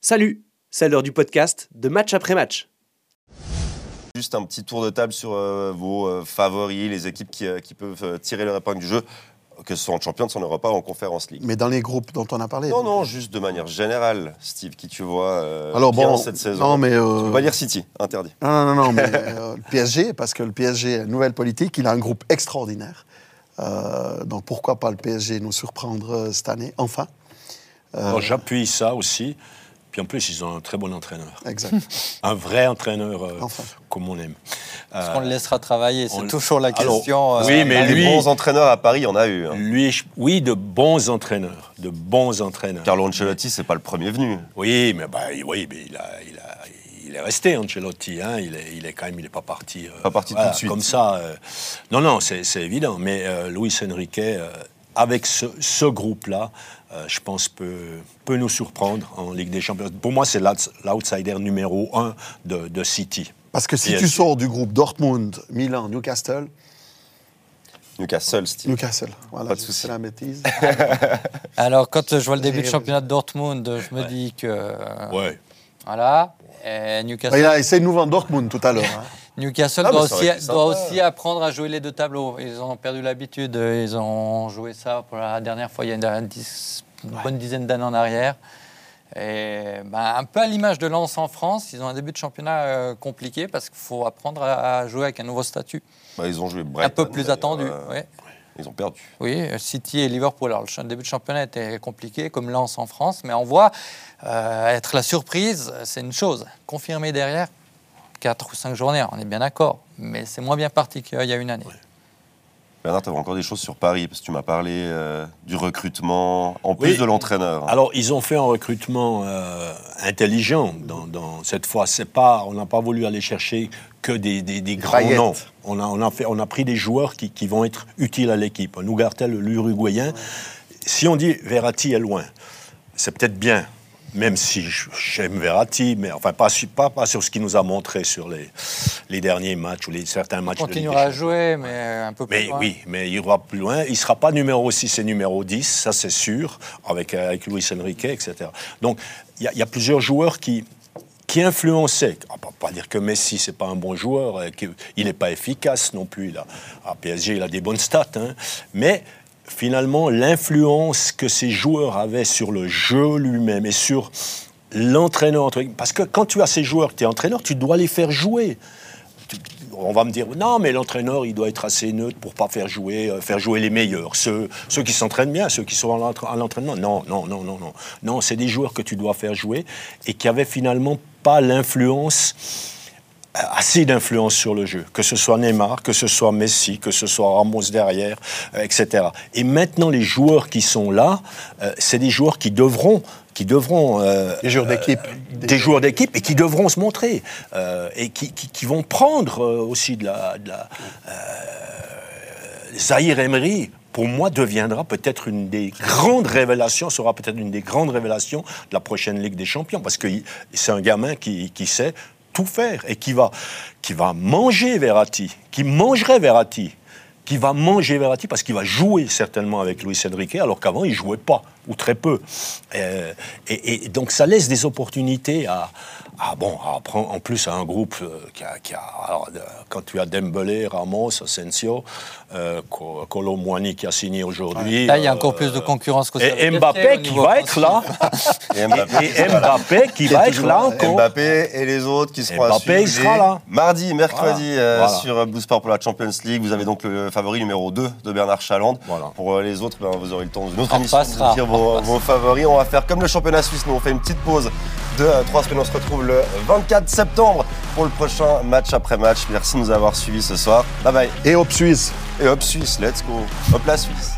Salut, c'est l'heure du podcast de match après match. Juste un petit tour de table sur euh, vos euh, favoris, les équipes qui, euh, qui peuvent euh, tirer leur épingle du jeu, que ce soit en Champions, en Europa ou en Conférence League. Mais dans les groupes dont on a parlé. Non, donc. non, juste de manière générale, Steve, qui tu vois euh, Alors bien bon, cette Non, saison. mais. euh, On va dire City, interdit. Non, non, non, non, mais euh, le PSG, parce que le PSG a une nouvelle politique, il a un groupe extraordinaire. Euh, donc pourquoi pas le PSG nous surprendre euh, cette année, enfin Euh, Alors, Oh, J'appuie ça aussi. Puis en plus, ils ont un très bon entraîneur. Exact, Un vrai entraîneur euh, enfin. comme on aime. Est-ce Euh, qu'on le laissera travailler on C'est le- toujours la Alors, question. euh, oui, mais Les lui- bons entraîneurs à Paris, il y en a eu. hein. lui, je- oui, de bons entraîneurs. De bons entraîneurs. Carlo Ancelotti, c'est pas le premier venu. Oui, mais, bah, oui, mais il, a- il a- il est resté, Ancelotti. hein. Il, est, il est quand même, il n'est pas parti. euh, Pas parti tout de suite. Comme ça. euh, non, non, c'est c'est évident. Mais euh, Luis Enrique, euh, avec ce, ce groupe-là, euh, je pense, peut, peut nous surprendre en Ligue des Champions. Pour moi, c'est l'outs- l'outsider numéro un de, de City. Parce que si Bien tu sûr. sors du groupe Dortmund, Milan, Newcastle, Newcastle, Steve. Newcastle, voilà, Pas de j'ai souci. fait la bêtise. Alors, quand euh, je vois le début Et- du championnat de Dortmund, je me dis que. Ah. euh, Ouais. Voilà. Et Newcastle, il a essayé de nous vendre Dortmund tout à l'heure. hein. Newcastle Ah, mais doit, ça aussi, aurait été doit sympa. aussi apprendre à jouer les deux tableaux. Ils ont perdu l'habitude. euh, Ils ont joué ça pour la dernière fois il y a une, dix- une bonne dizaine d'années en arrière. Et bah, un peu à l'image de Lens en France, ils ont un début de championnat euh, compliqué parce qu'il faut apprendre à, à jouer avec un nouveau statut, Bah, ils ont joué un Brighton, peu plus d'ailleurs, attendu. euh, ouais. Ils ont perdu. Oui, euh, City et Liverpool. Alors, le ch- début de championnat était compliqué, comme Lens en France, mais on voit euh, être la surprise, c'est une chose. Confirmer derrière, 4 ou 5 journées, on est bien d'accord, mais c'est moins bien parti qu'il y a une année. Bernard, tu encore des choses sur Paris, parce que tu m'as parlé euh, du recrutement, en plus Oui. de l'entraîneur. hein. hein. Alors, ils ont fait un recrutement euh, intelligent. Dans, dans- cette fois, c'est pas, on n'a pas voulu aller chercher que des, des- des grands paillettes. noms. On a, on a fait- on a pris des joueurs qui, qui vont être utiles à l'équipe. Nougartel, l'Uruguayen. Si on dit Verratti est loin, c'est peut-être bien. Même si je- j'aime Verratti, mais enfin pas, su- pas, pas sur ce qu'il nous a montré sur les, les derniers matchs ou les, certains On matchs. de Ligue des continuera à Champions. jouer, mais euh, un peu plus Mais loin. oui, mais il ira plus loin. Il ne sera pas numéro 6 et numéro 10, ça c'est sûr, avec, euh, avec Luis Enrique, etc. Donc il y a- il y, a plusieurs joueurs qui, qui influençaient. On ne peut pas dire que Messi, c'est pas un bon joueur, euh, qu'il- il n'est pas efficace non plus. Là. À PSG, il a des bonnes stats. hein. Mais finalement, l'influence que ces joueurs avaient sur le jeu lui-même et sur l'entraîneur, entre guillemets, parce que quand tu as ces joueurs, tu es entraîneur, tu dois les faire jouer on va me dire non, mais l'entraîneur il doit être assez neutre pour pas faire jouer, euh, faire jouer les meilleurs, ceux, ceux qui s'entraînent bien, ceux qui sont à l'entra- à l'entraînement. Non, non, non, non, non, non, c'est des joueurs que tu dois faire jouer et qui avaient finalement pas l'influence euh, assez d'influence sur le jeu, que ce soit Neymar, que ce soit Messi, que ce soit Ramos derrière, euh, etc. Et maintenant, les joueurs qui sont là, euh, c'est des joueurs qui devront, qui devront euh, Des joueurs d'équipe. des joueurs d'équipe et qui devront se montrer euh, et qui, qui- qui vont prendre euh, aussi de la. De la euh, Zahir Emery, pour moi, deviendra peut-être une des grandes révélations, sera peut-être une des grandes révélations de la prochaine Ligue des Champions, parce que il- c'est un gamin qui, qui sait tout faire et qui va, qui va manger Verratti, qui mangerait Verratti qui va manger Verratti parce qu'il va jouer certainement avec Luis Enrique, alors qu'avant il jouait pas ou très peu. Euh, et, et donc ça laisse des opportunités à, à- bon à prendre- en plus à un groupe euh, qui a, qui a- alors, euh, quand tu as Dembélé, Ramos, Asensio, euh, Ko- Kolo Muani qui a signé aujourd'hui. Là, il y a encore euh, plus de concurrence que ça. et Mbappé qui va être là. Et Et, et Mbappé qui va être là encore. Mbappé et les autres qui seront à Mbappé, suivre il sera dès là. Mardi, mercredi Voilà. euh, Voilà. sur Boosport pour la Champions League. Vous avez donc le favori numéro 2 de Bernard Chalande. Voilà. Pour euh, les autres, ben, vous aurez le temps d'une autre On émission de passera. vous dire On vos, passera. vos favoris. On va faire comme le championnat suisse. Nous, on fait une petite pause de 3 semaines. On se retrouve le 24 septembre pour le prochain match après match. Merci de nous avoir suivis ce soir. Bye bye. Et Hop Suisse. Et hop Suisse, let's go. Hop la Suisse.